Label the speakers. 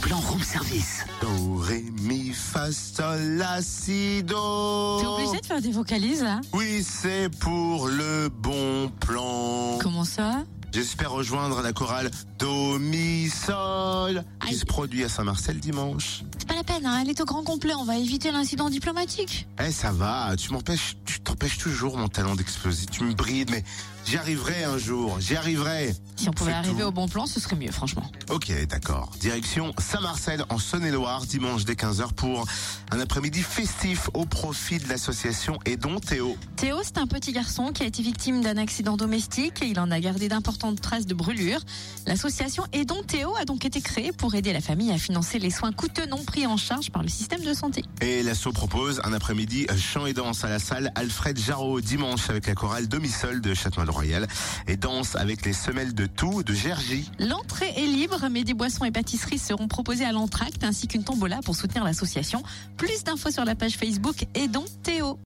Speaker 1: plan room service.
Speaker 2: Do, ré, mi, fa, sol, la, si, do.
Speaker 3: T'es obligé de faire des vocalises là
Speaker 2: Oui, c'est pour le bon plan.
Speaker 3: Comment ça
Speaker 2: J'espère rejoindre la chorale Do, mi, sol qui
Speaker 3: Aïe.
Speaker 2: se produit à Saint-Marcel dimanche.
Speaker 3: C'est pas la peine, hein, elle est au grand complet, on va éviter l'incident diplomatique.
Speaker 2: Eh, ça va, tu m'empêches, tu t'empêches toujours mon talent d'exploser. Tu me brides, mais j'y arriverai un jour, j'y arriverai.
Speaker 3: Si on pouvait
Speaker 2: C'est
Speaker 3: arriver
Speaker 2: tout.
Speaker 3: au bon plan, ce serait mieux, franchement.
Speaker 2: Ok, d'accord. Direction Saint-Marcel en Saône-et-Loire, dimanche dès 15h pour un après-midi festif au profit de l'association Aidons Théo.
Speaker 3: Théo, c'est un petit garçon qui a été victime d'un accident domestique et il en a gardé d'importantes traces de brûlures. L'association Aidons Théo a donc été créée pour aider la famille à financer les soins coûteux non pris en charge par le système de santé.
Speaker 2: Et l'assaut propose un après-midi euh, chant et danse à la salle Alfred Jarreau dimanche avec la chorale demi-sol de Châtenois-le-Royal et danse avec les semelles de tout de Gergy.
Speaker 3: L'entrée est libre, mais des boissons et pâtisseries seront proposées à l'entracte ainsi qu'une tombola pour soutenir l'association. Plus d'infos sur la page Facebook Aidons Théo.